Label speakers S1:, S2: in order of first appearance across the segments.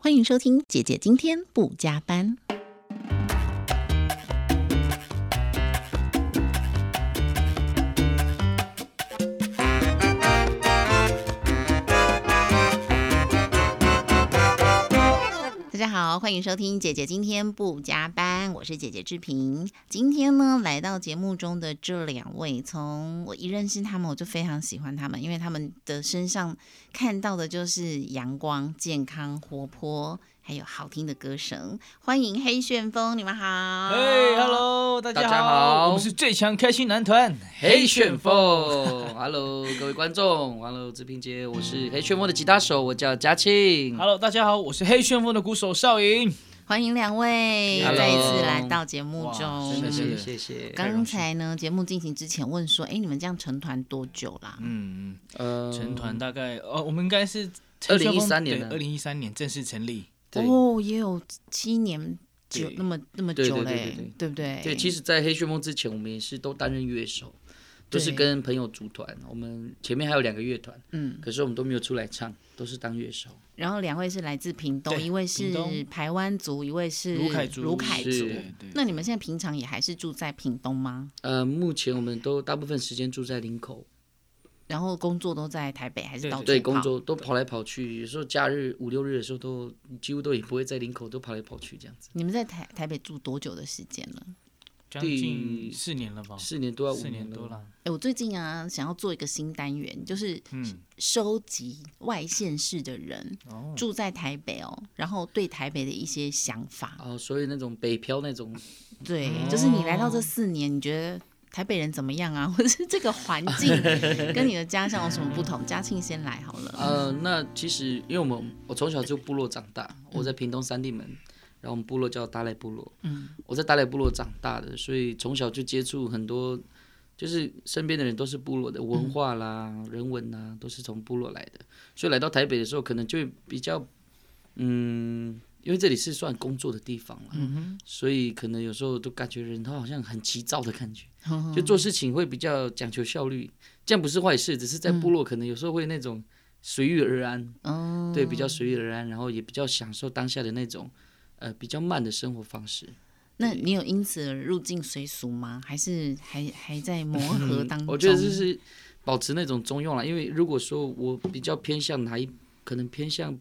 S1: 欢迎收听《姐姐今天不加班》。大家好，欢迎收听《姐姐今天不加班》，我是姐姐志平。今天呢，来到节目中的这两位，从我一认识他们，我就非常喜欢他们，因为他们的身上看到的就是阳光、健康、活泼，还有好听的歌声。欢迎黑旋风，你们好。
S2: 嘿，Hello，大
S3: 啊大家好
S2: 我们是最强开心男团
S3: 黑旋风，Hello，各位观众，Hello，志平姐，我是黑旋风的吉他手，我叫嘉庆。
S2: Hello，大家好，我是黑旋风的鼓手邵莹。
S1: 欢迎两位
S3: Hello
S1: 再一次来到节目
S2: 哇
S1: 中
S3: 真。的
S2: 是
S3: 是
S2: 是
S3: 嗯谢谢。
S1: 刚才呢，节目进行之前问说，哎，你们这样成团多久啦？
S2: 嗯，
S3: 呃
S2: 成团大概呃，我们应该是
S3: 2013年呢
S2: 二零一三年正式成立。
S3: 对
S1: 哦，也有七年久
S3: 对
S1: 那么那么
S3: 对
S1: 久
S3: 对对
S1: 嘞
S3: 对对，
S1: 对不对？
S3: 对，其实，在黑旋风之前，我们也是都担任乐手，都是
S1: 对
S3: 跟朋友组团。我们前面还有两个乐团，
S1: 嗯，
S3: 可是我们都没有出来唱，都是当乐手。
S1: 然后两位是来自屏东，
S2: 对
S1: 一位是
S2: 屏东
S1: 台湾族，一位是
S2: 卢凯族
S1: 卢凯
S3: 是
S1: 族。
S2: 对对
S1: 那你们现在平常也还是住在屏东吗？
S3: 呃，目前我们都大部分时间住在林口，然
S1: 然后工作都在台北，还是
S2: 对
S1: 到
S2: 对
S1: 处
S3: 对，工
S1: 跑
S3: 作都跑来跑去，有时候假日五六日的时候都几乎都也不会在林口，都跑来跑去这样子。
S1: 你们在台台北住多久的时间了？
S2: 将近
S3: 第
S2: 四年了吧？
S3: 哦四年多要五
S2: 四年
S3: 了
S2: 多。了。
S1: 哎，我最近啊，想要做一个新单元，就是
S2: 嗯，
S1: 收集外县市的人、
S2: 哦，
S1: 住在台北哦，然后对台北的一些想法。
S3: 哦，所以那种北漂那种
S1: 对，
S2: 哦
S1: 就是你来到这四年，你觉得台北人怎么样啊？或 者是这个环 境跟你的家乡有什么不同？嘉庆先来好了。
S3: 呃，那其实因为我们我从小就部落长大，我在屏东三地门，然后我们部落叫达赖部落，
S1: 嗯，
S3: 我在达赖部落长大的，所以从小就接触很多，就是身边的人都是部落的文化啦、人文啦，都是从部落来的，所以来到台北的时候，可能就会比较，嗯。因为这里是算工作的地方了，所以可能有时候都感觉人他好像很急躁的感觉，呃
S1: 嗯
S3: 就做事情会比较讲求效率，这样不是坏事，只是在部落可能有时候会那种随遇而安，
S1: 嗯，
S3: 对，比较随遇而安，然后也比较享受当下的那种呃比较慢的生活方式。
S1: 那你有因此而入境随俗吗？还是还还在磨合当中？
S3: 我觉得就，是保持那种中庸了，因为如果说我比较偏向哪一，可能偏向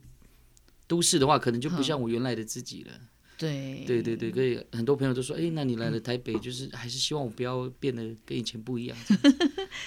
S3: 都市的话，可能就不像我原来的自己了。
S1: 嗯对嗯
S3: 对对对，可以，很多朋友都说，哎，那你来了台北，就是还是希望我不要变得跟以前不 一样。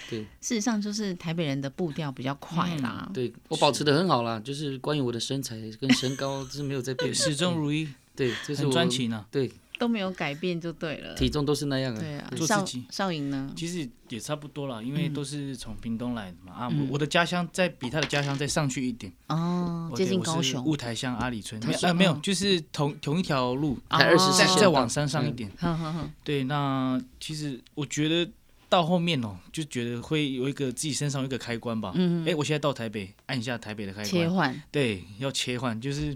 S1: 事实上就是台北人的步调比较快啦。
S3: 嗯对我保持的很好啦，就是关于我的身材跟身高是没有在变
S2: 对
S3: 的，
S2: 始终如一，
S3: 对，这是
S2: 很
S3: 我
S2: 专情啊。
S3: 对，
S1: 都没有改变就对了。
S3: 体嗯重都是那样的。
S1: 对啊，
S2: 做
S1: 少
S2: 自己
S1: 少颖呢？
S2: 其实也差不多了，因
S3: 嗯
S2: 为都是从屏东来的嘛。啊，
S1: 嗯
S2: 我我的家乡再比他的家乡再上去一点，
S1: 哦，接近高雄
S2: 雾台乡阿里村。
S1: 他
S2: 没
S1: 是
S2: 呃没有，
S1: 嗯
S2: 就是同同一条路，
S3: 才
S1: 哦
S3: 24
S2: 再
S3: 线
S2: 再
S3: 道
S2: 往山上一点。
S1: 哼哼哼
S2: 对，那其实我觉得到后面哦，就觉得会有一个自己身上有一个开关吧。嗯，哎，我现在到台北，按一下台北的开
S1: 切
S2: 关。
S1: 换，
S2: 对，要切换，就是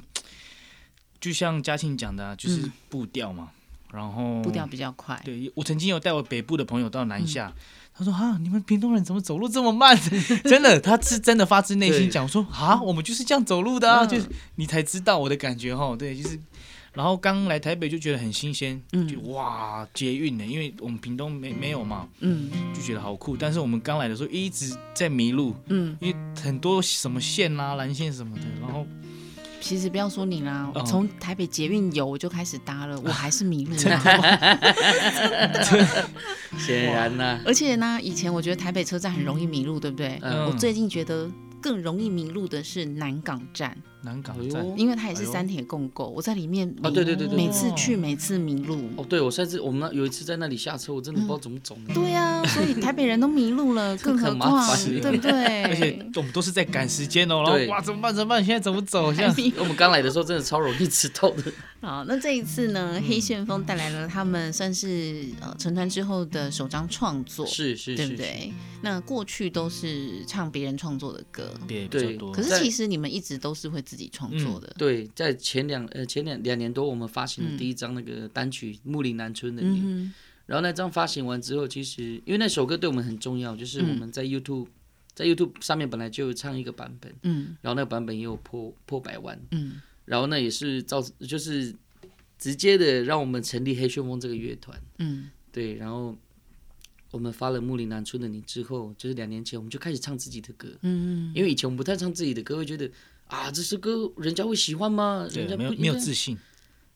S2: 就像嘉庆讲的、啊，就是步调嘛。然后
S1: 嗯步调比较
S3: 嗯
S1: 快。
S2: 对我曾经有带我北部的朋友到南下，他说啊，你们屏东人怎么走路这么慢？ 真的，他是真的发自内心
S3: 对
S2: 讲说啊，我们就是这样走路的啊，
S1: 嗯
S2: 就是你才知道我的感觉哈。对，就是，然后刚来台北就觉得很新鲜，
S3: 嗯
S2: 就哇捷运呢，因为我们屏东没没有嘛，
S1: 嗯
S2: 就觉得好酷。但是我们刚来的时候一直在迷路，
S1: 嗯，
S2: 因为很多什么线啦、蓝线什么的，然后
S1: 其实不要说你啦，我
S2: 嗯
S1: 从台北捷运游我就开始搭 了，我还是迷路。
S3: 显然啊呐、
S1: 而且呢，以前我觉得台北车站很容易迷路，对不对？
S3: 嗯
S1: 我最近觉得更容易迷路的是南港站，
S2: 南港
S3: 哎
S2: 站
S3: 呦
S1: 因为它也是
S2: 哎呦
S1: 三铁共构，我在里面迷
S3: 哦对对对对
S1: 每次去每次迷路。
S3: 哦，对，我上次我们那有一次在那里下车，我
S1: 嗯
S3: 真的不知道怎么走呢。
S1: 对啊，所以台北人都迷路 了，更何
S3: 很
S1: 况
S3: 麻烦
S1: 对不 对？
S2: 而且我们都是在赶时间哦，然
S3: 对哎
S2: 后哇怎么办怎么办？现在怎么走？这
S1: 还
S2: 样
S1: 迷
S3: 我们刚来的时候真的超容易迟到的，
S1: 好，那这一次呢，
S3: 嗯
S1: 黑旋风带来了他们算是呃成团之后的首张创作，
S3: 是 是
S1: 对不
S3: 是，
S1: 对？那过去都是唱别人创作的歌，
S2: 对比
S3: 对
S2: 较多。
S1: 可是
S3: 在嗯
S1: 其实你们一直都是会自己创作的，
S3: 对，在前两呃前两两年多，我们发行
S1: 嗯
S3: 了第一张那个单曲《木林南村的你》，
S1: 嗯
S3: 然后那张发行完之后，其实因为那首歌对我们很重要，就是
S1: 嗯
S3: 我们在 YouTube、在 YouTube 上面本来就有唱一个版本，
S1: 哼，嗯
S3: 然后那个版本也有破破百万，
S1: 嗯
S3: 然后呢也是造就是直接的让我们成立黑旋风这个乐团，
S1: 嗯
S3: 对，然后我们发了《木林南村的你》之后，就是两年前我们就开始唱自己的歌，
S1: 嗯，
S3: 因为以前我们不太唱自己的歌，会觉得啊这首歌人家会喜欢吗？人
S2: 对，
S3: 家
S2: 没有
S3: 不
S2: 没有
S3: 应该
S2: 自信，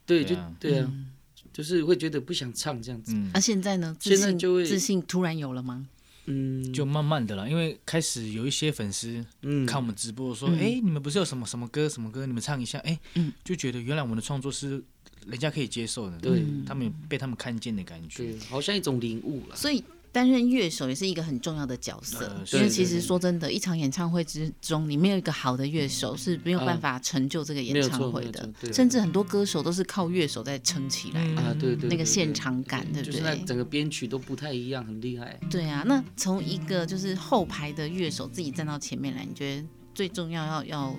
S3: 对，
S2: 对
S3: 就
S2: 啊
S3: 对啊，
S1: 嗯
S3: 就是会觉得不想唱这样子，
S2: 嗯
S1: 那、，现在呢？自
S3: 现在
S1: 信
S3: 就会
S1: 自信突然有了吗？
S3: 嗯，
S2: 就慢慢的啦，因为开始有一些粉丝
S3: 嗯
S2: 看我们直播说，
S1: 嗯
S2: 哎，你们不是有什么什么歌什么歌，你们唱一下，哎
S1: 嗯，
S2: 就觉得原来我们的创作是人家可以接受的，
S3: 对
S2: 他们有被他们看见的感觉
S3: 对，，好像一种领悟了。
S1: 所以担任乐手也是一个很重要的角色，
S2: 呃
S1: 因为
S3: 对
S1: 其
S3: 对
S1: 实
S3: 对
S1: 说真的，一场演唱会之中，你没有一个好的乐手是没有办
S3: 啊
S1: 法成就这个
S3: 没
S1: 演
S3: 有错
S1: 唱会
S3: 没有
S1: 的
S3: 错，对
S1: 甚至很多歌手都是靠乐手在撑起
S2: 嗯
S1: 来的。
S3: 啊，对对，
S1: 嗯那个
S3: 对
S1: 现
S3: 对
S1: 场感对不
S3: 就是那
S1: 对
S3: 整个编曲都不太一样，很厉害。
S1: 对啊，那从一个就是后排的乐手自己站到前面来，你觉得最重要要要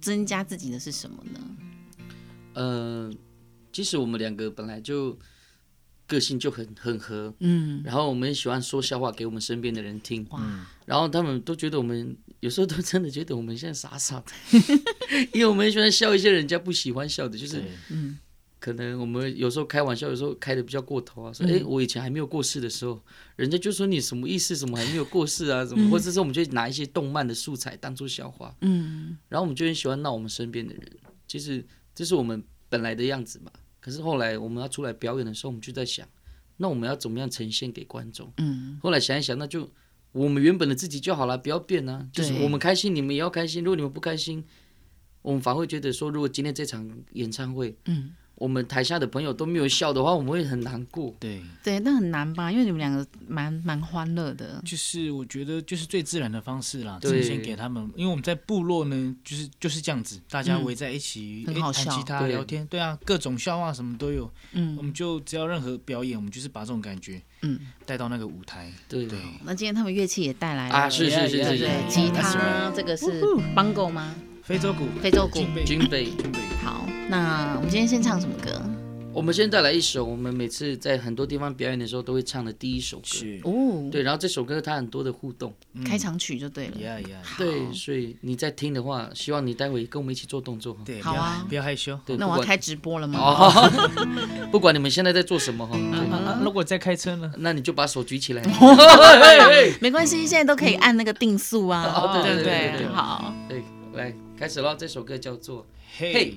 S1: 增加自己的是什么呢？
S3: 呃，其实我们两个本来就个性就很很合，
S1: 嗯，
S3: 然后我们也喜欢说笑话给我们身边的人听，
S1: 哇，
S3: 然后他们都觉得我们有时候都真的觉得我们现在傻傻的，因为我们很喜欢笑一些人家不喜欢笑的，就是
S2: 对
S1: 嗯，
S3: 可能我们有时候开玩笑，有时候开的比较过头啊，说
S1: 嗯
S3: 哎、诶我以前还没有过世的时候，人家就说你什么意思，什么还没有过世啊，什么，或者是我们就拿一些动漫的素材当做笑话，嗯，然后我们就很喜欢闹我们身边的人，其实这是我们本来的样子嘛。可是后来我们要出来表演的时候，我们就在想，那我们要怎么样呈现给观众？嗯，后来想一想，那就我们原本的自己就好了，不要变啊，就是
S1: 对
S3: 我们开心，你们也要开心，如果你们不开心。我们反而会觉得说，如果今天这场演唱会，
S1: 嗯
S3: 我们台下的朋友都没有笑的话，我们会很难过。
S2: 对，
S1: 对，那很难吧？因为你们两个蛮蛮欢乐的，
S2: 就是我觉得就是最自然的方式啦，
S3: 对
S2: 呈现给他们。因为我们在部落呢，就是就是这样子，大家
S1: 嗯
S2: 围在一起，
S1: 很
S2: 诶
S1: 好
S2: 弹
S1: 笑
S2: 吉他
S3: 对
S2: 聊天，对啊，各种笑话什么都有。
S1: 嗯
S2: 我们就只要任何表演，我们就是把这种感觉
S1: 嗯。
S2: 带到那个舞台。
S3: 对
S2: 对，
S1: 那今天他们乐器也带来了
S3: 啊，是
S2: 对
S3: 是是是
S1: 对
S3: 是，
S2: 对
S1: 吉
S2: That's
S1: 他这个是 bongo 吗？
S2: 非洲鼓，
S1: 非洲鼓
S2: 军备
S3: 军备。
S2: 军备
S1: 好，那我们今天先唱什么歌？
S3: 我们先带来一首我们每次在很多地方表演的时候都会唱的第一首歌。
S2: 是
S1: 哦，
S3: 对，然后这首歌它很多的互动。
S1: 开场曲就对了。
S2: 呀呀，
S1: 好
S3: 对，所以你在听的话，希望你待会跟我们一起做动作哈。
S2: 对，
S1: 好
S2: 不要
S1: 啊
S2: 不要害羞。
S3: 对，
S1: 那
S3: 不
S1: 我要
S3: 管
S1: 开直播了吗？
S3: 哦， 不管你们现在在做什么哈，对
S2: 啊如果在开车呢？
S3: 那你就把手举起来。
S1: 没关系，现在都可以按那个定速啊，
S3: 哦对
S1: 不
S3: 对对对
S1: 对？
S3: 对
S1: 好，
S3: 对，来开始了，这首歌叫做。
S2: 嘿
S3: 嘿。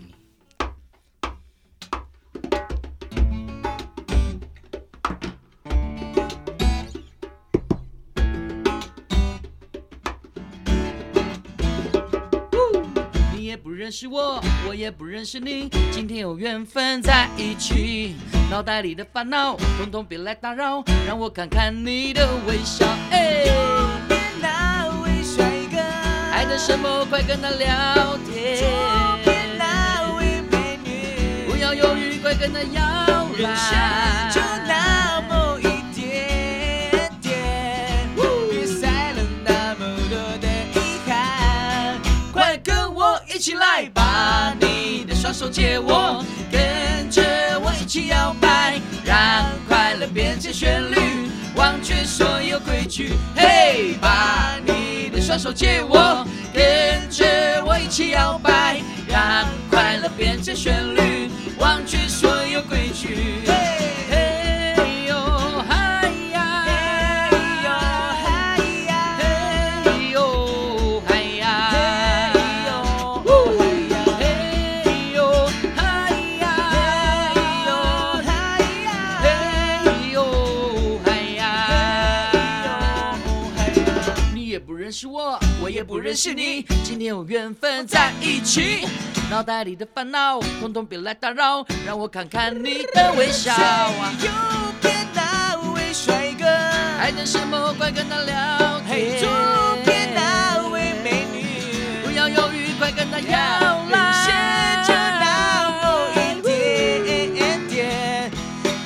S3: 你也不认识我，我也不认识你，今天有缘分在一起，脑袋里的烦恼统统别来打扰，让我看看你的微笑。哎，
S4: 那位帅哥，
S3: 爱的什么快跟他聊天，
S4: 那位美
S3: 不
S4: 女，
S3: 要犹豫，快跟他要
S4: 人生就
S3: 来。
S4: 那么一点点，别塞了那么多的遗憾，
S3: 快跟我一起来，把你的双手借我，跟着我一起摇摆，让快乐变成旋律，忘却所有规矩。嘿，把你的双手借我，跟着我一起摇摆，让快乐变成旋律，忘却所有规矩。嘿哟嗨呀，嘿哟嗨呀，嘿哟嗨呀，嘿哟。你也不认识我，我也不认识你，哦今天有缘分在一起，脑袋里的烦恼统统别来打扰，让我看看你的微笑啊。
S4: 右边那位帅哥，
S3: 爱的什么快跟他聊
S4: 嘿，
S3: 天，
S4: 左边那位美女。
S3: 不要犹豫，快跟他要
S4: 人
S3: 来。
S4: 生就那么一点点，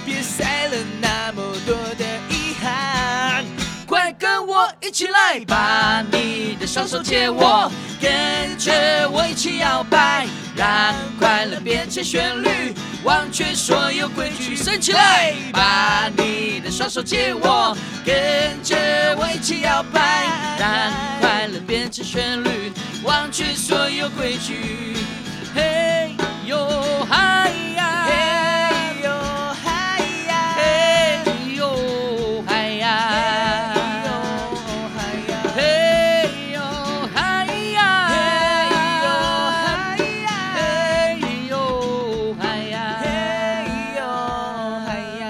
S4: 别塞了那么多的遗憾。
S3: 快跟我一起来，把你的双手借我，跟着我一起摇摆，让快乐变成旋律，忘却所有规矩，升起来！把你的双手借我，跟着我一起摇摆，让快乐变成旋律，忘却所有规矩。嘿嘿呦嗨呀，
S4: 嘿哟嗨呀，
S3: 嘿呦
S4: 嘿
S3: 嗨
S4: 哟
S3: 呀，
S4: 嗨呀，
S3: 嘿呦
S4: 嘿哟嗨
S3: 嗨呀，
S4: 呀，
S3: 嘿呦嗨呀，
S4: 嘿哟嗨呀。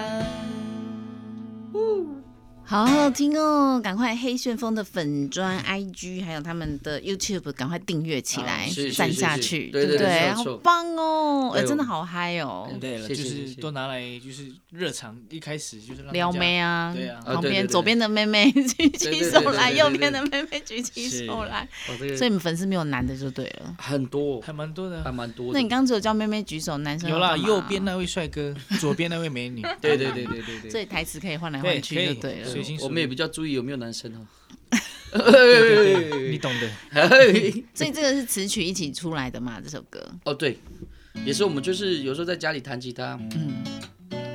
S1: 好好听哦！赶快黑旋风的粉砖、IG，还有他们的 YouTube，赶快订阅起
S3: 啊
S1: 来
S3: 是是，
S1: 赞
S3: 是
S1: 下
S3: 是
S1: 去，
S3: 对
S1: 不
S3: 对
S1: 对？
S3: 对没有
S1: 好
S3: 错哎
S1: 棒哦！
S3: 对
S1: 呃，真的
S3: 我
S1: 好嗨哦！
S2: 对了，
S3: 谢
S2: 就
S3: 谢
S2: 是
S3: 谢谢
S2: 都拿来就是热场，一开始就是让
S1: 撩
S2: 大家
S1: 妹啊
S2: 对啊，
S3: 啊
S1: 旁
S3: 对对
S1: 边
S3: 对
S1: 左边的妹妹 举
S3: 对
S1: 起
S3: 对
S1: 手
S3: 对
S1: 来，
S3: 对
S1: 右
S3: 对
S1: 边的
S3: 对
S1: 妹妹举起
S2: 是
S1: 手来，
S3: 哦，这
S1: 所以
S3: 个
S1: 你们粉丝没有男的就对了。
S3: 很多，
S2: 还蛮多的
S3: 还
S2: 啊。
S3: 蛮多的。
S1: 那你刚刚只有叫妹妹举手，男生
S2: 有
S1: 要
S2: 啦，
S1: 干嘛
S2: 右边，那位帅哥，左边那位美 女，
S3: 对对对对对对。
S1: 所以台词可以换来换
S2: 对，
S1: 去
S2: 可
S1: 就
S2: 以
S1: 对了。
S2: 随心所
S3: 我
S2: 欲。
S3: 们也比较注意有没有男生哦。
S2: 对对对，你懂的。
S1: 所以这个是词曲一起出来的嘛？这首歌，
S3: 哦，对，也是我们就是有时候在家里弹吉他，
S1: 嗯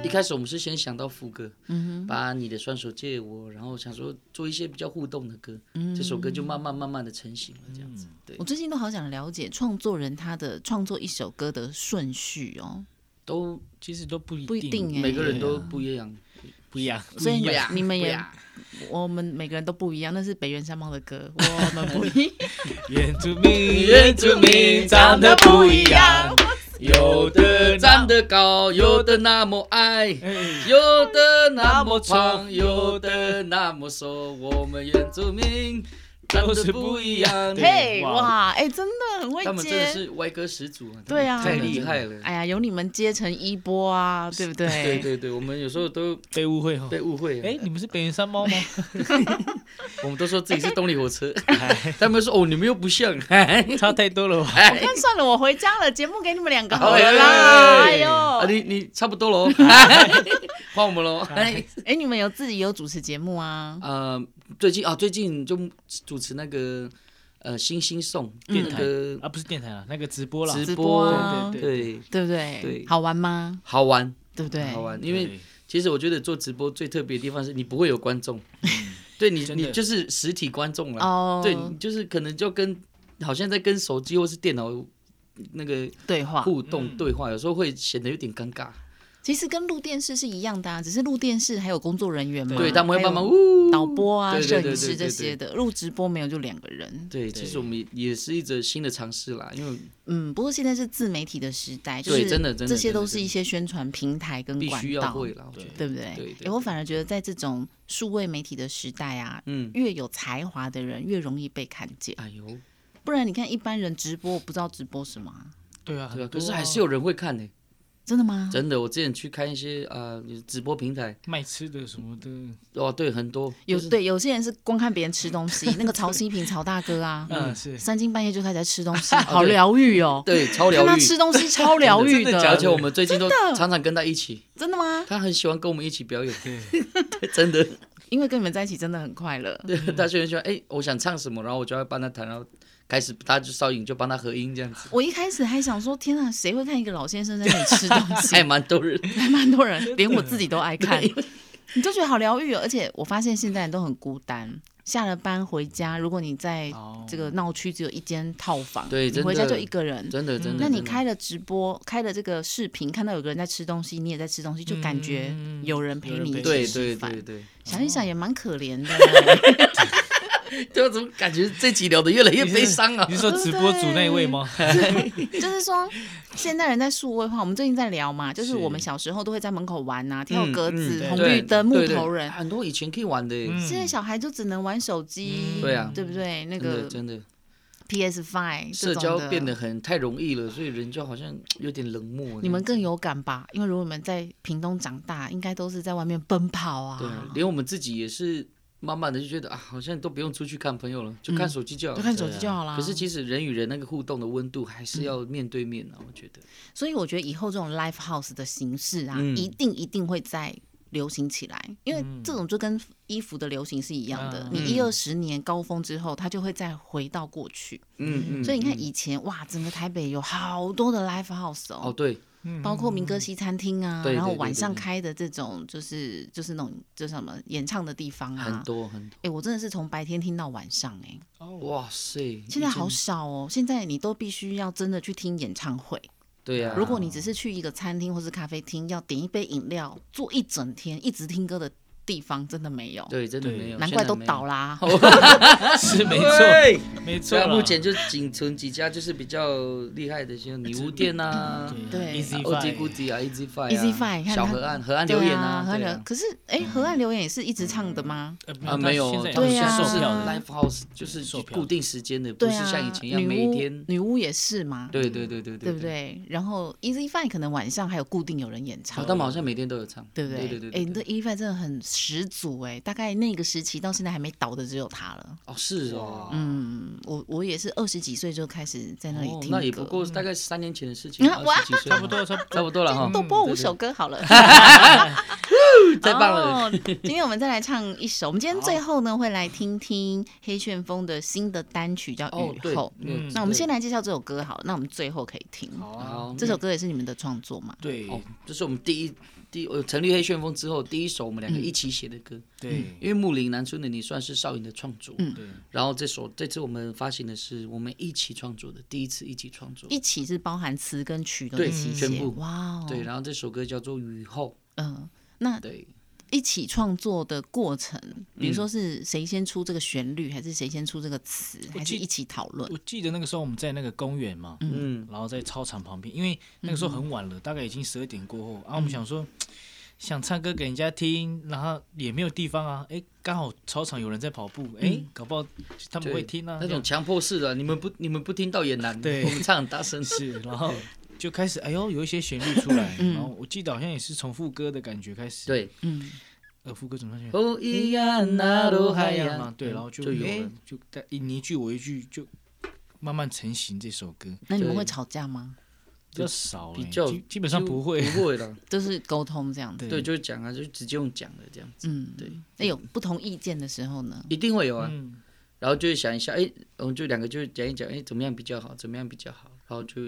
S3: 一开始我们是先想到副歌，
S1: 嗯
S3: 把你的双手借我，然后想说做一些比较互动的歌，这首歌就慢慢慢慢的成型了，这样子。
S1: 哼
S3: 对，
S1: 嗯我最近都好想了解创作人他的创作一首歌的顺序哦，
S3: 都
S2: 其实都不一
S1: 不一定欸
S3: 每个人都
S2: 对啊
S3: 不一样，
S2: 不一样，
S1: 所以
S2: 不一样
S1: 你你们
S3: 不一
S1: 也
S3: 样，
S1: 我们每个人都不一样，那是北原山猫的 歌，我们不一样。
S2: 原住民，
S3: 原住民长得不一样，
S1: 哎
S3: 有的长得高，有的那么矮。
S2: 哎，
S3: 有的那么胖，有的那么瘦，我们原住民长得不一样。
S2: 对
S1: 嘿，
S2: 哇
S1: 哇，哎，真的很会
S3: 他们真的
S1: 接。
S3: 是歪歌始祖啊！
S1: 对啊
S3: 太厉害了。
S1: 哎呀，有你们接成一波啊，对不 对？
S3: 对对对，我们有时候都
S2: 被误会哦。
S3: 被误会了。啊
S2: 哎，你们是北原山猫吗？
S3: 我们都说自己是动力火车， 他们说哦，你们又不 像。
S2: 哎差太多了吧？
S3: 哎
S1: 那算了，我回家了，节目给你们两个好
S3: 哎
S1: 了啦。哎呦
S3: 啊，，你你差不 多喽，哎换我们喽。哎
S1: 哎，你们有自己有主持节目啊？
S3: 呃，最近啊，最近就主持那个呃星星颂
S1: 嗯
S2: 电
S3: 那
S2: 台
S3: 个
S2: 啊，不是电台啊，那个直播啦。
S1: 直
S3: 直
S1: 播
S3: 播
S1: 啊，
S2: 对
S3: 对，
S1: 对不对？
S3: 对
S1: 好玩吗？
S3: 好玩
S1: 对不对？
S3: 好玩，
S2: 对
S3: 因为其实我觉得做直播最特别的地方是你不会有观众， 对你
S2: 嗯真的
S3: 你就是实体观众了。
S1: 哦，
S3: 对，你就是可能就跟好像在跟手机或是电脑那个
S1: 对话
S3: 互动
S2: 嗯
S3: 对话，有时候会显得有点尴尬。
S1: 其实跟录电视是一样的啊，只是录电视还有工作人员嘛，
S3: 对，他们会慢慢
S1: 嗯还有
S3: 呜
S1: 导。播啊、
S3: 对对
S1: 摄
S3: 对
S1: 影师
S3: 对对
S1: 这些的。录直播没有就两个人，
S3: 对，其实我们也也是一则新的尝试啦，因为
S1: 嗯，不过现在是自媒体的时代，就
S3: 对
S1: 是
S3: 真的真的
S1: 这些
S3: 真的
S1: 都是一些宣传平台跟
S3: 必须
S1: 管
S3: 要
S1: 道，
S3: 会啦。我觉得，
S1: 对不对？
S3: 对对
S1: 诶我反而觉得在这种数位媒体的时代啊，
S3: 嗯，
S1: 越有才华的人越容易被看见，
S3: 哎呦，
S1: 不然你看一般人直播不知道直播什么啊、
S2: 对啊，
S3: 对啊，
S2: 很
S3: 可
S2: 多
S3: 是还是有人会看呢。
S1: 真的吗？
S3: 真的，我之前去看一些呃直播平台，
S2: 卖吃的什么的，
S3: 哦，对，很多
S1: 有
S3: 就是
S1: 对，有些人是光看别人吃东西， 那个曹新平曹大哥 啊，
S2: 嗯，是
S1: 三更半夜就开始在吃东西，好
S3: 啊对
S1: 疗愈哦。
S3: 对超疗
S1: 看他
S3: 愈，
S1: 吃东西超疗愈
S2: 真的假
S3: 而
S2: 的
S3: 且我们最近都常常跟他一起，
S1: 真的吗？
S3: 他很喜欢跟我们一起表演，
S2: 对，
S3: 真的。
S1: 因为跟你们在一起真的很快乐。
S3: 对，大学很喜欢，哎、我想唱什么，然后我就要帮他弹，然后开始他就烧影就帮他合音这样子，
S1: 我一开始还想说，天啊，谁会看一个老先生在那里吃东西？
S3: 还蛮多人。
S1: 还蛮多人，连我自己都爱看，你就觉得好疗愈哦。而且我发现现在人都很孤单，下了班回家，如果你在
S2: 哦
S1: 这个闹区只有一间套房，
S3: 对
S1: 你
S3: 真
S1: 回家
S3: 的
S1: 就一个人。
S3: 真的真的。
S1: 那你
S3: 真的
S1: 开了直播，开了这个视频，看到有个人在吃东西，你也在吃东西，就感觉
S2: 嗯
S1: 有人陪
S2: 有人
S1: 你一
S2: 陪
S1: 起
S3: 对
S1: 吃
S3: 对
S1: 饭
S3: 对。对，
S1: 想一想也蛮可怜的， 啊
S3: 对我怎么感觉这集聊的越来越
S2: 你是
S3: 悲伤啊
S2: 你？是说直播组那一位吗？
S1: 就是说现代人在数位化，我们最近在聊嘛，就是
S2: 是
S1: 我们小时候都会在门口玩啊， 跳格
S3: 嗯
S1: 子、
S2: 对
S1: 红
S3: 对
S1: 绿灯、木
S3: 对对
S1: 头人，
S3: 很多以前可以玩的、
S2: 嗯
S1: 现在小孩就只能玩手机，
S2: 嗯
S3: 对啊
S1: 对不对？那
S3: 真的
S1: 个
S3: 真的，
S1: PS Five
S3: 社交变得很太容易了，所以人就好像有点冷漠。
S1: 你们更有感吧？因为如果你们在屏东长大，应该都是在外面奔跑
S3: 对
S1: 啊
S3: 啊，，连我们自己也是慢慢的就觉得啊，好像都不用出去看朋友了，就看手机就好
S1: 就
S3: 了。
S1: 看手机啊就好啦。
S3: 啊可是其实人与人那个互动的温度还是要面对面啊，我觉得。
S1: 所以我觉得以后这种 Live House 的形式啊，
S3: 嗯
S1: 一定一定会在流行起来，因为这种就跟衣服的流行是一样的
S2: 啊，
S1: 你
S3: 嗯
S1: 一二十年高峰之后，它就会再回到过去。
S3: 嗯嗯，
S1: 所以你看
S3: 嗯
S1: 以前哇，整个台北有好多的 live house
S3: 哦
S1: 哦。
S3: 对，
S1: 包括民歌
S2: 嗯
S1: 西餐厅啊，
S3: 对对
S1: 然后
S3: 对对
S1: 晚上
S3: 对
S1: 开的这种就是就是那种就是什么演唱的地方啊
S3: 很，多很
S1: 哎、我真的是从白天听到晚上哎、
S3: 多，哇塞，
S1: 现在好
S3: 以前
S1: 少哦。现在你都必须要真的去听演唱会。
S3: 对啊呀，
S1: 如果你只是去一个餐厅或是咖啡厅，要点一杯饮料，坐一整天一直听歌的地方，真的没有，
S3: 对真的
S2: 对
S3: 没有，
S1: 难
S3: 现
S1: 怪
S3: 在
S1: 都
S3: 没有
S1: 倒啦。
S2: 啊是没错，
S3: 对，
S2: 没
S3: 虽
S2: 错啦。
S3: 然目前就仅存几家就是比较厉害的，像女巫店啊。
S1: 对
S2: Easy
S3: O G
S2: Five
S3: 估计啊，Easy
S1: Easy
S3: Five 啊
S1: Five，看
S3: 小
S1: 它
S3: 河岸、河岸留
S1: 对
S3: 言
S1: 啊，河岸
S3: 对
S1: 流
S3: 啊
S1: 可是哎、河岸留言也是一直唱的吗？
S2: 呃
S3: 啊，没有，
S2: 现在
S1: 对
S2: 也
S1: 啊
S2: 是
S3: 就是
S2: 售票的，
S1: 啊
S3: Live House 就是
S2: 售票
S3: 固定时间的，不
S1: 对
S3: 是
S1: 啊，
S3: 像以前一样
S1: 女
S3: 每
S1: 巫
S3: 天。
S1: 女巫也是吗？
S3: 对对对对
S1: 对
S3: 对
S1: 不。对？然后 Easy Five 可能晚上还有固定有人演
S3: 好，
S1: 唱，
S3: 哦他们好像每天都有唱，
S1: 对不
S3: 对？
S1: 对
S3: 对
S1: 哎、
S3: 对
S1: 你的
S3: 对。
S1: Easy Five 真的很十足哎、大概那个时期到现在还没倒的只有他了。
S3: 哦，是哦。
S1: 嗯，我我也是二十几岁就开始在那里
S3: 哦
S1: 听歌，
S3: 那也不过大概三年前的事情
S1: 你，看哇
S3: 二十几岁，
S2: 差不多，差不
S3: 差不多了哈。
S1: 都播五
S3: 嗯对对
S1: 首歌好 了。
S3: 太棒了。
S1: 哦！今天我们再来唱一首，我们今天最后呢会来听听黑旋风的新的单曲叫《
S3: 哦，
S1: 雨
S3: 对
S1: 后》。，
S2: 嗯
S1: 那我们先来介绍这首歌好了，那我们最后可以听。
S2: 多。好啊，
S3: 好，
S1: 这首歌也是你们的创作嘛？
S2: 对
S3: 哦，这是我们第一第一我呃成立黑旋风之后第一首我们
S2: 嗯
S3: 两个一起写的歌，
S2: 对
S3: 因为《木林南村的你》算是少颖的创作，
S1: 嗯
S2: 对，
S3: 然后这首这次我们发行的是我们一起创作的，第一次一起创作，
S1: 一起是包含词跟曲都
S3: 对
S1: 一起
S3: 全
S1: 写
S3: 部，
S1: 哇哦！
S3: 对，然后这首歌叫做《雨后
S1: 嗯，那》，
S3: 对，
S1: 一起创作的过程，比
S3: 嗯
S1: 如说是谁先出这个旋律，还是谁先出这个词，
S2: 我
S1: 还是
S2: 记
S1: 一起讨论？
S2: 我记得那个时候我们在那个公园嘛，
S3: 嗯，
S2: 然后在操场旁边，因为那个时候很晚了，大概已经十二点过后，
S3: 嗯
S2: 啊，我们想说想唱歌给人家听，然后也没有地方啊，哎，刚好操场有人在跑步，哎，搞不好他们
S3: 嗯对
S2: 会听啊，
S3: 那
S2: 这
S3: 种
S2: 样
S3: 强迫式的，你们不你们不听到也难，
S2: 对
S3: 我们唱很 大声，
S2: 是，然后就开始哎呦有一些旋律出来，然后我记得好像也是从副歌的感觉开始，，
S3: 嗯对，
S1: 嗯，
S2: 呃，副歌怎么唱？
S3: 哦咿呀那罗海呀嗯
S2: 嘛，对，然后就
S3: 就有
S2: 哎
S3: 了，
S2: 就带你一句我一句，就慢慢成型这首歌，
S1: 那你们
S3: 对
S1: 会吵架吗？
S2: 比较少了，
S3: 比较
S2: 基基本上不 会，
S3: 不会 了，
S1: 就是沟通这样子。
S3: 对，就是讲啊，就直接用讲的这样子，
S1: 嗯，
S3: 对。
S1: 那有不同意见的时候呢？
S3: 一定会有啊，
S2: 嗯，
S3: 然后就会想一下，哎，我们就两个就讲一讲，哎，怎么样比较好，怎么样比较好，然后就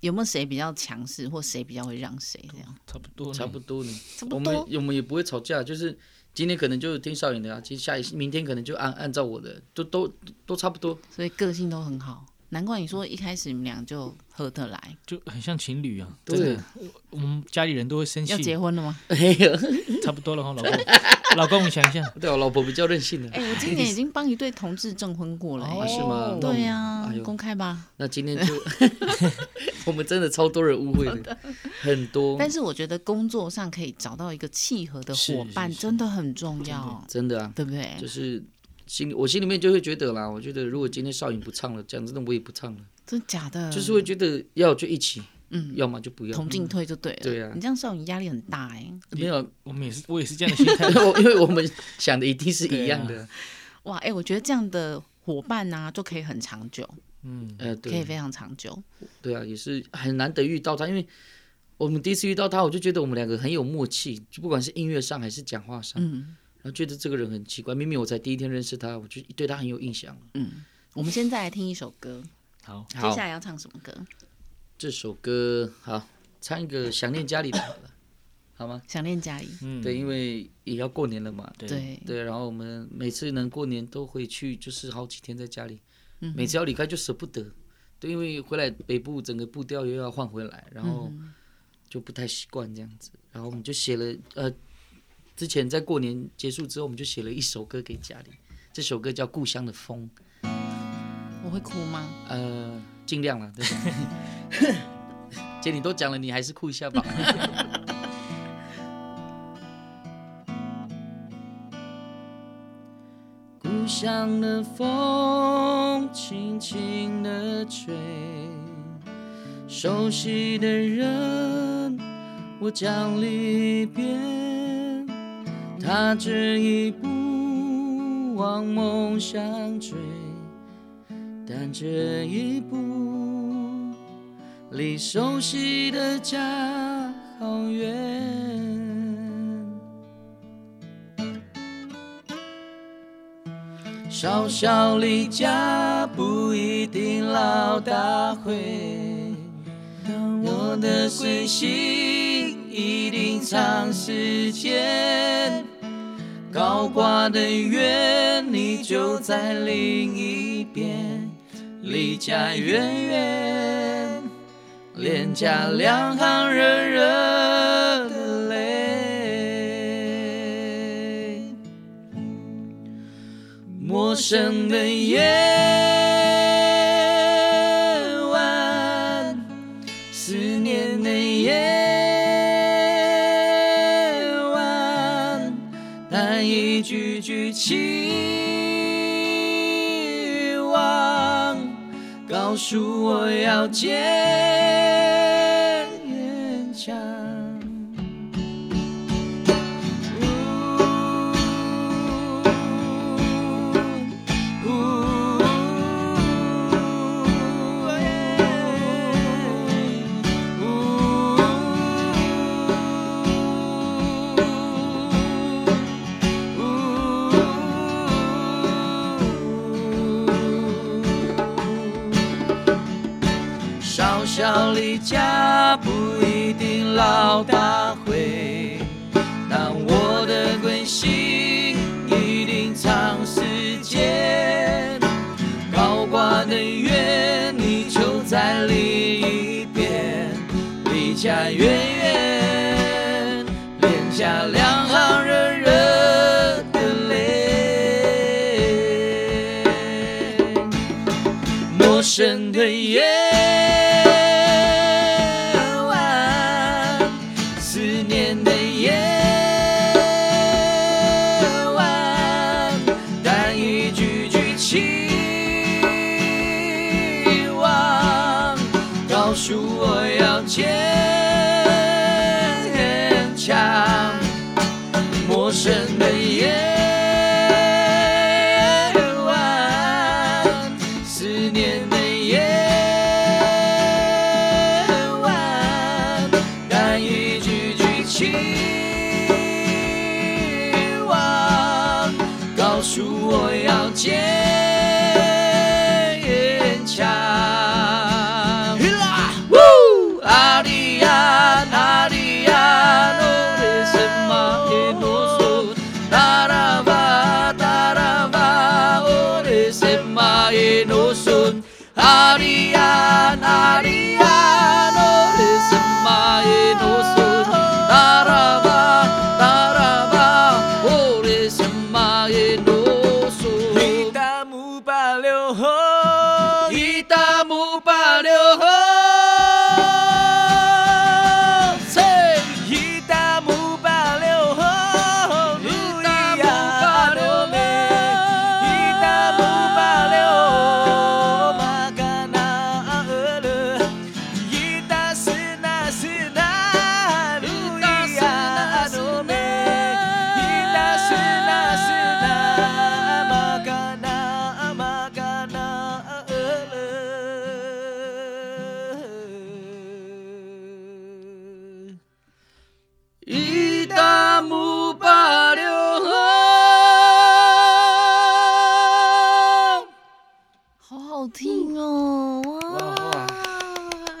S1: 有没有谁比较强势，或谁比较会让谁这样？
S2: 差不多呢，
S3: 差不多呢。
S1: 差
S3: 我
S1: 不
S3: 们
S1: 多。
S3: 我们也不会吵架，就是今天可能就听少颖的啊，其实下一明天可能就按按照我的，都都都差不多。
S1: 所以个性都很好，难怪你说一开始你们俩就合得来。
S2: 就很像情侣啊，
S3: 对
S2: 真的，我们家里人都会生
S1: 要结
S2: 气，
S1: 婚了吗？
S3: 哎呀，
S2: 差不多了哈，老公，老公，你想一下，
S3: 对啊我老婆比较任性的。
S1: 哎、我今年已经帮一对同志证婚过了、
S3: 啊
S1: 欸。
S3: 是吗？那我
S1: 对呀、
S3: 哎呦
S1: 公开吧。
S3: 那今天就 我们真的超多人误会的，很多，
S1: 但是我觉得工作上可以找到一个契合的伙伴，
S2: 是是是
S1: 真的很重要，
S3: 真的啊，
S1: 对不对？
S3: 就是心里我心里面就会觉得啦，我觉得如果今天少颖不唱了，讲真的我也不唱了，
S1: 真的假的？
S3: 就是会觉得要就一起，
S1: 嗯，
S3: 要么就不要。
S1: 同进退就对了。
S3: 对啊
S1: 你这样少女压力很大哎、
S3: 没有，
S2: 我们也是，我也是这样的心态，
S3: 我因为我们想的一定是一样的，
S1: 哇哎、我觉得这样的伙伴呢、就可以很长久，
S2: 嗯，
S3: 呃，
S1: 可
S3: 对
S1: 以，非常长久。
S3: 对啊，也是很难得遇到他，因为我们第一次遇到他，我就觉得我们两个很有默契，就不管是音乐上还是讲话上，
S1: 嗯
S3: 然后觉得这个人很奇怪。明明我才第一天认识他，我就对他很有印象。
S1: 嗯，我们现在来听一首歌，
S2: 好，
S1: 接
S3: 好
S1: 下，来要唱什么歌？
S3: 这首歌好，唱一个《想念家里的》好了，好吗？
S1: 想念家里。
S2: 嗯，
S3: 对，因为也要过年了嘛。
S2: 对
S1: 对，
S3: 对，然后我们每次能过年都回去，就是好几天在家里，
S1: 嗯
S3: 每次要离开就舍不得，对，因为回来北部整个步调又要换回来，然
S1: 嗯
S3: 后就不太习惯这样子，然后我们就写了，呃，之前在过年结束之后，我们就写了一首歌给家里，这首歌叫《故乡的风》，
S1: 我会哭吗？
S3: 呃，尽量了，对。 姐，你都讲了，你还是哭一下吧。 故乡的风轻轻地吹，熟悉的人，我将离别。他只一步往梦想追，但这一步离熟悉的家好远。小小离家不一定老大回，但我的归心一定长时间。高挂的远，你就在另一边，离家远远，脸颊两行热热的泪。陌生的夜晚，思念的夜晚，但一句句期望，告诉我要坚强。小小离家不一定老大回，但我的归心一定长时间。高挂的远，你就在另一边，离家远远，脸颊两行热热的泪。陌生的夜晚，思念的夜晚，但一句句期望，告诉我要坚强。陌生的夜晚，思念的夜晚，但一句句期望，告诉我要坚强。Woo! 阿里呀，阿里呀，诺的什么也诺索，达拉巴，达拉巴，我的什么也诺索，阿里呀，阿里呀，诺的什么也诺索，达拉巴，达拉巴，我的什么也诺索。
S4: 一大幕把流后，
S3: 一大幕把流后，切！
S4: 一大幕把流后，路啊呀把流没，一大幕把流后，马嘎那阿俄勒，一大是那是那，路呀阿罗梅，一大是那是那，马嘎那阿马嘎那阿俄勒。
S3: 一大幕把流后，
S1: 好好听哦，哇
S3: 哇！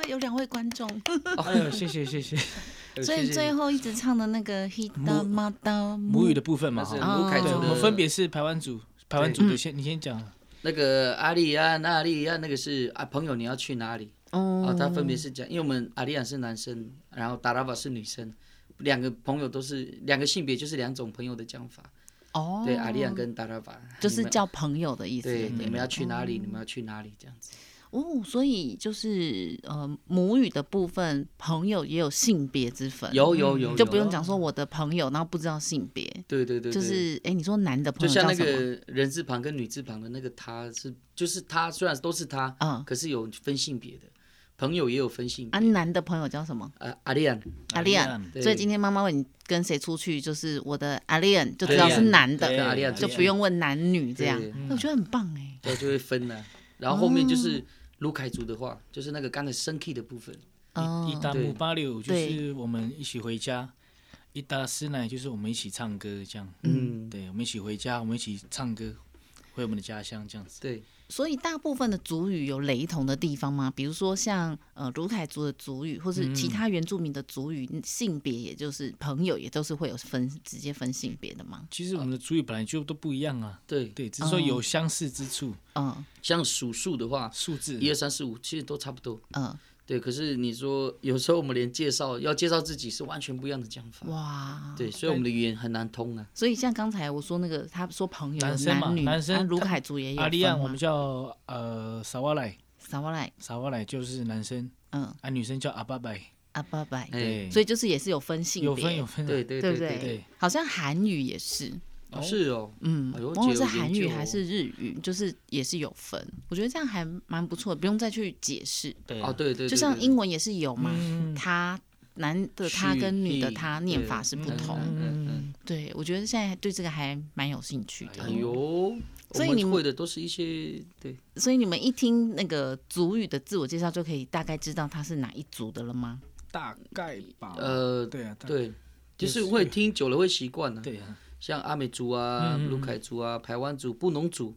S1: 有两位观众，
S2: 哎呦，谢谢谢谢。
S1: 所以最后一直唱的那个 Hita m a d a
S2: 母语的部分嘛，
S3: 那
S2: 哈
S3: 是
S1: 哦
S3: 卢凯
S2: 嗯对，
S3: 族
S2: 我
S3: 的
S2: 们分别是排湾组，排湾组的先你先讲，
S3: 那个阿丽亚、那丽亚，那个是啊，朋友你要去哪里？
S1: 哦
S3: 哦，他分别是讲，因为我们阿丽亚是男生，然后达拉瓦是女生，两个朋友都是两个性别，就是两种朋友的讲法。
S1: 哦，
S3: 对，阿丽亚跟达拉瓦
S1: 就是
S3: 你们
S1: 叫朋友的意思。
S3: 对，你们要去哪里？你们要去哪里？这样子。
S1: 哦，所以就是呃，母语的部分，朋友也有性别之分，
S3: 有有有，
S1: 嗯就
S3: 有
S1: 不用讲说我的朋友，然后不知道性别，
S3: 对对对，
S1: 就
S3: 对
S1: 是哎，诶你说男的朋
S3: 就
S1: 友
S3: 像
S1: 叫
S3: 那
S1: 什么？
S3: 个人字旁跟女字旁的那个他是，就是他虽然都是他，
S1: 嗯
S3: 可是有分性别的，朋友也有分性
S1: 啊，
S3: 别。
S1: 男的朋友叫什么？
S3: 呃，阿丽亚，
S1: 阿
S2: 丽
S1: 恋
S2: 安。
S3: 对
S1: 所以今天妈妈问你跟谁出去，就是我的阿恋，就知
S3: 对
S1: 道是男
S3: 对
S1: 的，
S3: 阿丽亚
S1: 就不用问男女这样
S3: 对。
S1: 哎我觉得很棒哎，
S3: 对，就会分了。然后后面
S1: 哦
S3: 就是卢凯族的话，就是那个刚才升 key 的部分，
S1: 哦
S2: 嗯一，大
S3: 对
S2: 姆八六就
S1: 对
S2: 是我们一起回家，一大师奶就是我们一起唱歌这样。
S3: 嗯，
S2: 对，我们一起回家，我们一起唱歌。回我们的家乡这样子。
S3: 对，
S1: 所以大部分的族语有雷同的地方吗？比如说像呃卢凯族的族语，或是其
S2: 嗯
S1: 他原住民的族语，性别也就是朋友也都是会有分直接分性别的吗？
S2: 其实我们的族语本来就都不一样啊，
S3: 对，
S2: 对，只是说有相似之处，
S3: 哦
S1: 嗯
S3: 像数数的话，
S2: 数字
S3: 一二三四五其实都差不多。
S1: 嗯，
S3: 对，可是你说有时候我们连介绍要介绍自己是完全不一样的讲法。
S1: 哇，
S3: 对，所以我们的语言很难通啊。
S1: 所以像刚才我说那个，他说朋友
S2: 男生嘛
S1: 男女，
S2: 男生
S1: 啊卢凯族也有
S2: 阿利亚
S1: 分吗
S2: 我们叫呃萨瓦莱，
S1: 萨瓦莱，
S2: 萨瓦莱就是男生，
S1: 嗯，
S2: 啊女生叫阿巴拜，
S1: 阿巴拜，
S3: 哎
S2: 对，
S1: 所以就是也是有分性别，
S2: 有分有分，啊
S3: 对对
S1: 对不
S3: 对对
S2: 对
S1: 好像韩语也是，
S3: 哦是哦，
S1: 嗯，
S3: 哎呦
S1: 无论
S3: 姐
S1: 是
S3: 有
S1: 韩
S3: 研
S1: 语
S3: 究
S1: 还
S3: 哦
S1: 是日语，就是也是有分。我觉得这样还蛮不错的，不用再去解释。
S2: 对啊
S3: 哦，对对，对
S1: 就像
S3: 对
S1: 英文也是有嘛，
S2: 嗯
S1: 他男的他跟女的他
S3: 去
S1: 念法是不
S3: 嗯
S1: 同。
S3: 嗯嗯
S1: 对，我觉得现在对这个还蛮有兴趣
S3: 嗯，
S1: 的。
S3: 哎呦，
S1: 所以
S3: 我
S1: 你
S3: 们
S1: 们
S3: 会的都是一些对，
S1: 所以你们一听那个族语的自我介绍，就可以大概知道他是哪一族的了吗？
S2: 大概
S1: 哦
S2: 吧，
S3: 呃，
S2: 对啊，大
S3: 对，
S2: 也
S3: 就是
S2: 是
S3: 会听久了会习惯的。
S2: 对啊，
S3: 像阿美族啊、
S2: 嗯嗯嗯
S3: 卢凯族啊、排湾族、布农族，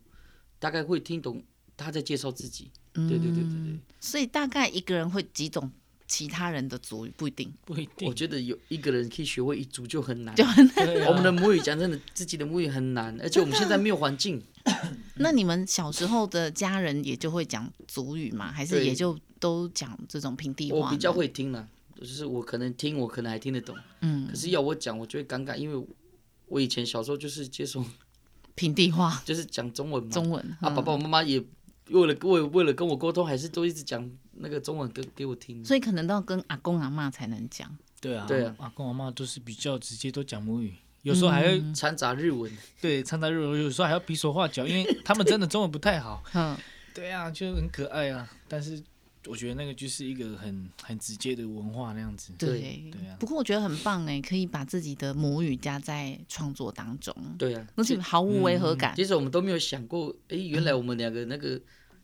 S3: 大概会听懂他在介绍自己。
S1: 嗯，
S3: 对对对对
S1: 所以大概一个人会几种其他人的族语，不一定。
S2: 不一
S3: 对，
S2: 定
S3: 我，觉得有一个人可以学会一族就很难。
S2: 对啊
S3: 我们的母语讲真的，自己的母语 很难，而且我们现在没有环境，嗯
S1: 那你们小时候的家人也就会讲族语吗？还是
S3: 对
S1: 也就都讲这种平地话呢？
S3: 我比较会听了，就是我可能听，我可能还听得懂，
S1: 嗯
S3: 可是要我讲，我就会尴尬，因为我以前小时候就是接受，
S1: 平地话
S3: 就是讲中文嘛，
S1: 中嗯文
S3: 啊，爸爸我妈妈也为了为为了跟我沟通，还是都一直讲那个中文给给我听
S1: 嗯，所以可能都要跟阿公阿妈才能讲。
S2: 对啊，
S3: 对啊
S2: 阿公阿妈都是比较直接，都讲母语。有时候还会、
S3: 掺杂日文，
S2: 对掺杂日文，有时候还要比手画脚，因为他们真的中文不太好。
S1: 嗯，
S2: 对啊，就很可爱啊。但是我觉得那个就是一个很很直接的文化那样子。
S1: 对
S2: 对啊
S1: 不过我觉得很棒哎，可以把自己的母语加在创作当中，
S3: 对啊，
S1: 而且毫无违和感。
S3: 其实我们都没有想过，诶，原来我们两个那个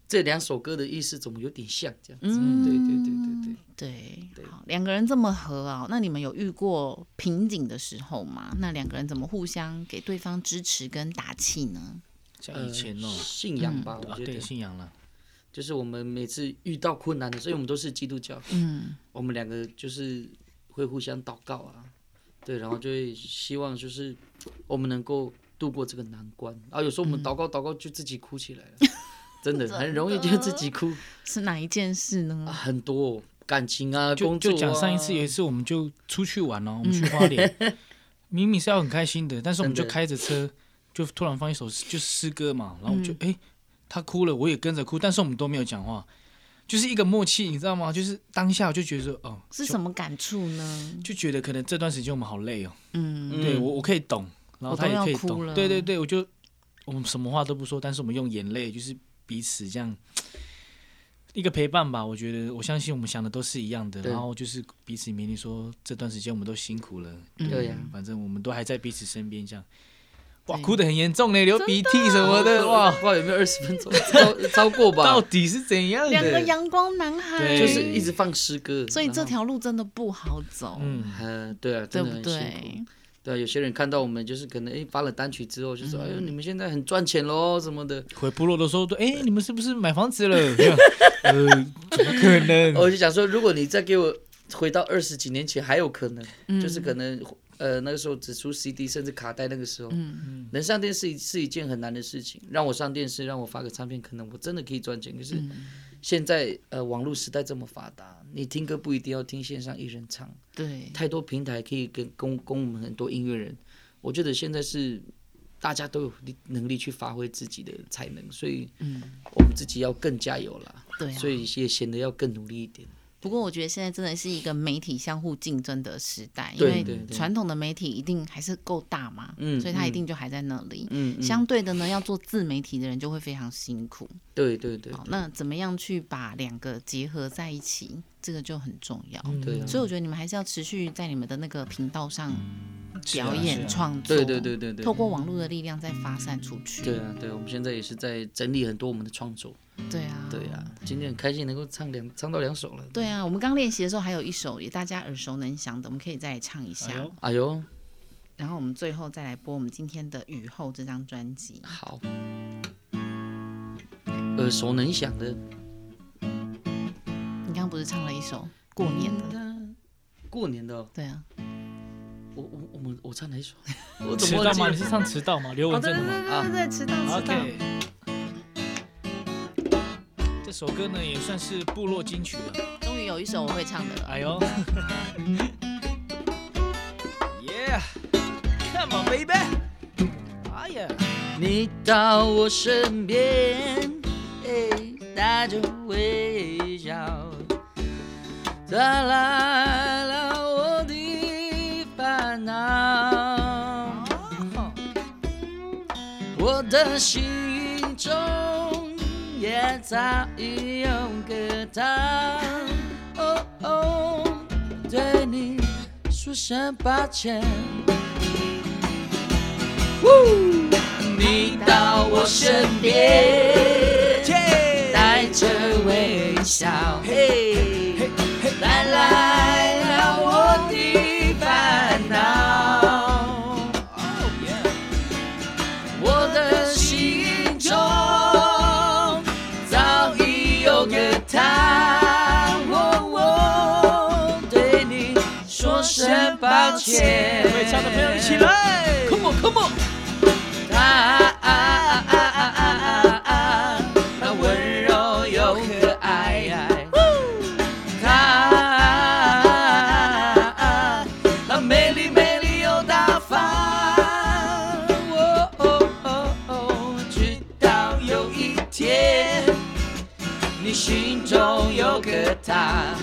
S3: 这两首歌的意思怎么有点像这样子？
S1: 嗯
S3: 对对对对对，
S1: 对，
S3: 对
S1: 好，两个人这么和啊，那你们有遇过瓶颈的时候吗？那两个人怎么互相给对方支持跟打气呢？
S2: 像以前哦
S3: 呃、信仰吧，我
S2: 啊，
S3: 觉
S2: 对
S3: 得
S2: 信仰了，
S3: 就是我们每次遇到困难的，所以我们都是基督教，
S1: 嗯
S3: 我们两个就是会互相祷告啊，对，然后就会希望就是我们能够度过这个难关。啊，有时候我们祷告祷告就自己哭起来了， 真的嗯很容易就自己哭，
S1: 是哪一件事
S3: 啊、
S1: 呢？
S3: 很多、哦、感情啊，
S2: 就
S3: 工作、
S2: 就
S3: 啊。嗯
S2: 讲上一次有一次，我们就出去玩哦，我们去花莲，明明是要很开心的，但是我们就
S3: 真的
S2: 开着车，就突然放一首就是诗歌嘛，然后我就
S3: 嗯
S2: 哎、他哭了，我也跟着哭，但是我们都没有讲话，就是一个默契，你知道吗？就是当下我就觉得说，哦，
S1: 是什么感触呢？
S2: 就觉得可能这段时间我们好累哦，
S1: 嗯，
S3: 嗯
S2: 对我我可以懂，然
S1: 我
S2: 后他
S1: 都
S2: 也
S1: 要
S2: 可以
S1: 哭
S2: 懂
S1: 了，
S2: 对对对，我就我们什么话都不说，但是我们用眼泪就是彼此这样一个陪伴吧。我觉得我相信我们想的都是一样的，
S3: 对
S2: 然后就是彼此勉励说这段时间我们都辛苦了，嗯
S3: 对呀、
S2: 反正我们都还在彼此身边这样。哇，
S1: 对
S2: 哭得很严重嘞，流鼻涕 什么的，
S3: 哇，
S2: 哇，
S3: 不知道有没有二十 分钟，超超过
S2: 到
S3: 吧？
S2: 底是怎样
S1: 两个
S2: 的？
S1: 阳光男孩，
S2: 对
S3: 就是一直放诗歌，
S1: 所以这
S3: 然后
S1: 条路真的不好走，
S2: 嗯，
S3: 呃，对啊，
S1: 对
S3: 真的
S1: 不
S3: 很辛苦。
S1: 对？
S3: 对啊，有些人看到我们就是可能哎发了单曲之后，就
S1: 嗯
S3: 说、哎呦你们现在很赚钱喽什么的，
S2: 回部落的时候都，哎，你们是不是买房子了？ 这样呃，怎么可 能？
S3: 我就想说，如果你再给我回到二十几年前，还有可能，
S1: 嗯
S3: 就是可能呃那个时候只出 CD 甚至卡带，那个时候、
S1: 嗯
S3: 能上电视是一件很难的事情。让我上电视，让我发个唱片，可能我真的可以赚钱。可
S1: 嗯
S3: 是现在呃网络时代这么发达，你听歌不一定要听线上艺人唱，
S1: 对，
S3: 太多平台可以跟供供我们很多音乐人。我觉得现在是大家都有力能力去发挥自己的才能，所以
S1: 嗯，
S3: 我们自己要更加油啦。
S1: 对啊
S3: 所。以也显得要更努力一点。
S1: 不过我觉得现在真的是一个媒体相互竞争的时代，因
S3: 对
S1: 为
S3: 对对
S1: 传统的媒体一定还是够大嘛，
S3: 嗯
S1: 所以它一
S3: 嗯
S1: 定就还在那里。
S3: 嗯，嗯
S1: 相对的呢，要做自媒体的人就会非常辛苦。
S3: 对对对
S1: 好，那怎么样去把两个结合在一起，这个就很重要。
S2: 嗯
S3: 对啊
S1: 所以我觉得你们还是要持续在你们的那个频道上
S3: 嗯
S1: 表
S2: 是啊
S1: 演
S2: 是啊
S1: 创作，
S3: 对对对对对，
S1: 透过网络的力量再发散出去。
S3: 对啊对啊，我们现在也是在整理很多我们的创作。
S1: 对啊，
S3: 对啊，今天很开心能够唱两唱到两首了。
S1: 对啊，我们刚练习的时候还有一首也大家耳熟能详的，我们可以再来唱一下。
S2: 哎呦
S3: 哎呦，
S1: 然后我们最后再来播我们今天的《雨后》这张专辑。
S3: 好，耳熟能详的
S1: 你刚刚不是唱了一首过年的？
S3: 过年的哦、
S1: 对啊，
S3: 我我我们我唱哪一首？ 我怎
S2: 迟
S3: 么
S2: 到
S3: 忘记
S2: 吗？
S3: 了
S2: 你是唱迟到吗？刘文正的吗
S3: 对啊
S1: 哦对，迟到
S2: OK，这首歌呢也算是部落金曲了。
S1: 终于有一首我会唱的了。
S2: 哎 呦，
S4: Yeah，come on baby，
S2: 哎呀，
S3: 你到我身边，哎，带着微笑，带来了我的烦恼。我的心中也早已有个他。哦哦，对你说声抱歉。你到我身边，
S4: 切，
S3: 带着微笑，嘿，带来了我的烦恼。我的心中早已有个他，哦哦对你说声抱歉。
S2: 会唱的朋友一起来。
S4: 来
S2: Come on, come on！
S3: 啊啊啊啊啊啊啊！它温柔又可爱，它它美丽美丽又大方。哦哦哦哦，直到有一天，你心中有个他，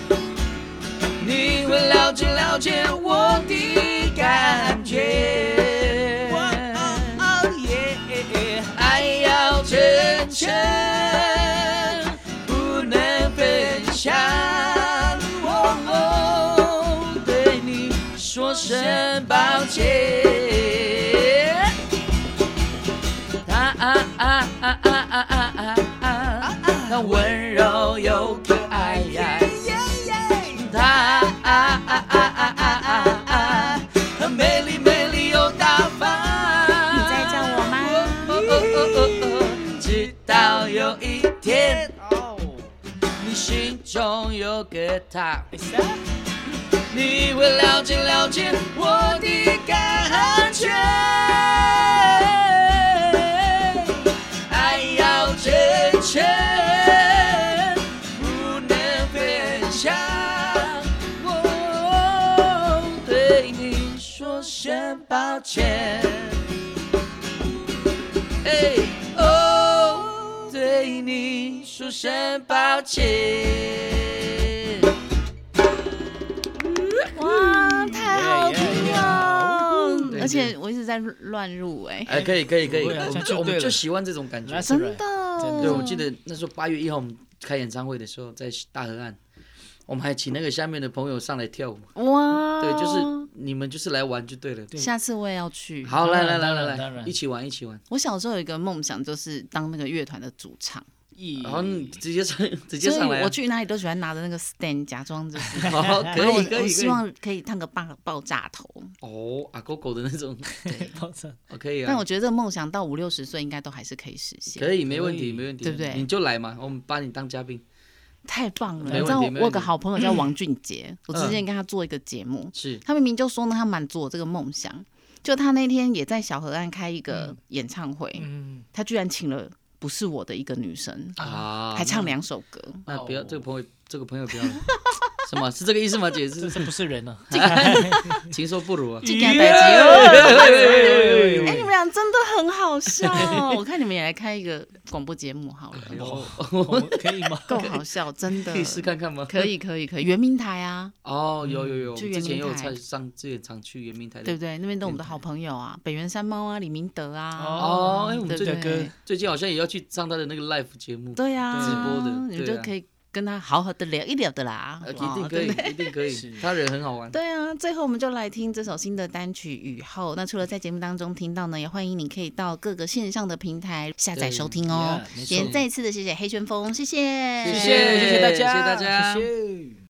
S3: 你会了解了解我的感觉。
S4: 哦耶，
S3: 爱要真诚，不能分享。哦哦，对你说声抱歉。啊啊啊啊啊啊啊啊啊！那温柔又可爱呀。她啊啊啊啊啊啊啊啊！她美丽美丽又大方。你
S1: 在叫我吗
S3: 哦哦哦哦哦！直到有一天，
S2: Oh,
S3: 你心中有个他，你会了解了解我的感觉。爱要真诚，不能分享。我对你说声抱歉。哎哦，对你说声抱歉。
S1: 哇，太好听
S3: Yeah, yeah,
S1: 了！
S3: yeah.
S1: 而且我一直在乱入哎，
S3: 哎，可以可以可以，
S2: 不会啊
S3: 我
S2: 这样
S3: 们就
S2: 就
S3: 我们
S2: 对
S3: 就
S2: 了
S3: 喜欢这种感觉。
S2: That's
S1: 真
S2: right
S1: 的。
S3: 对，我记得那时候八月一号我们开演唱会的时候，在大河岸，我们还请那个下面的朋友上来跳舞。
S1: 哇，
S3: 对，
S1: 哦
S3: 就是你们就是来玩就对了。
S1: 下次我也要去。
S3: 好，来
S2: 当
S3: 来
S2: 然
S3: 来
S2: 当
S3: 来
S2: 然当
S3: 来，
S2: 然
S3: 一起玩一起玩。
S1: 我小时候有一个梦想，就是当那个乐团的主唱，
S3: 然后你直接上直接
S1: 所以
S3: 上来
S1: 我
S3: 啊。
S1: 去哪里都喜欢拿着那个 stand 假装就是。 然后
S3: 好，可以
S1: 我
S3: 可
S1: 我
S3: 以可
S1: 希
S3: 以。
S1: 望可以烫个爆爆炸头，
S3: 哦，阿狗狗的那种，
S2: 爆炸
S3: 哦可以
S1: 但
S3: 啊
S1: 我，觉得这个梦想到五六十岁应该都还是可以实现。
S3: 可以没问
S2: 可
S3: 题
S2: 以
S3: 没问题，
S1: 对不对
S3: 你就来嘛，我们把你当嘉宾。
S1: 太棒了！
S3: 没
S1: 你
S3: 问题
S1: 知道我
S3: 没问题
S1: 有个好朋友叫王俊 杰，我之前跟他做一个节目，
S3: 是
S1: 他明明就说呢他满足我这个梦想，就他那天也在小河岸开一个演唱会，
S2: 嗯，
S1: 他居然请了不是我的一个女生，
S3: 啊，
S1: 哦还唱两首歌。
S3: 那不要
S2: 哦
S3: 这个朋友，这个朋友不要了， 什么是这个意思吗？姐
S2: 这
S3: 是
S2: 这不是人啊！
S3: 禽兽不如啊！
S1: 这件代志哦
S2: 哎
S1: 哎，你们俩真的很好 笑哦！我看你们也来开一个广播节目好了，
S3: 哎
S2: 哦哦可以 吗？
S1: 够好笑，真的
S3: 可以试看 看吗？
S1: 可以可以可以，圆明台啊，
S3: 哦，有有有，我
S1: 去
S3: 们
S1: 圆
S3: 之前也
S1: 明
S3: 有
S1: 台
S3: 在上之前常去圆明台
S1: 对
S3: 的
S1: 不。对？那边都我们的好朋友啊，北原山猫啊，李明德啊，
S3: 哦，哎，我们
S1: 对
S3: 最
S1: 不
S3: 近
S1: 对
S2: 对？
S3: 最近好像也要去上他的那个 live 节目，
S1: 对啊，
S3: 直播的
S1: 你们
S3: 对
S1: 就
S3: 啊
S1: 可以跟他好好的聊一聊的啦，
S3: 呃，一
S1: 哦
S3: 定可
S1: 对
S3: 以，
S1: 不对
S3: 一定可以
S2: 是，
S3: 他人很好玩。
S1: 对啊，最后我们就来听这首新的单曲《雨后》。那除了在节目当中听到呢，也欢迎你可以到各个线上的平台下载
S3: 对
S1: 收听哦。
S2: Yeah，没错
S1: 也再次的谢谢黑旋风，谢谢，
S3: 谢谢谢谢大家
S2: 谢谢大家，谢谢。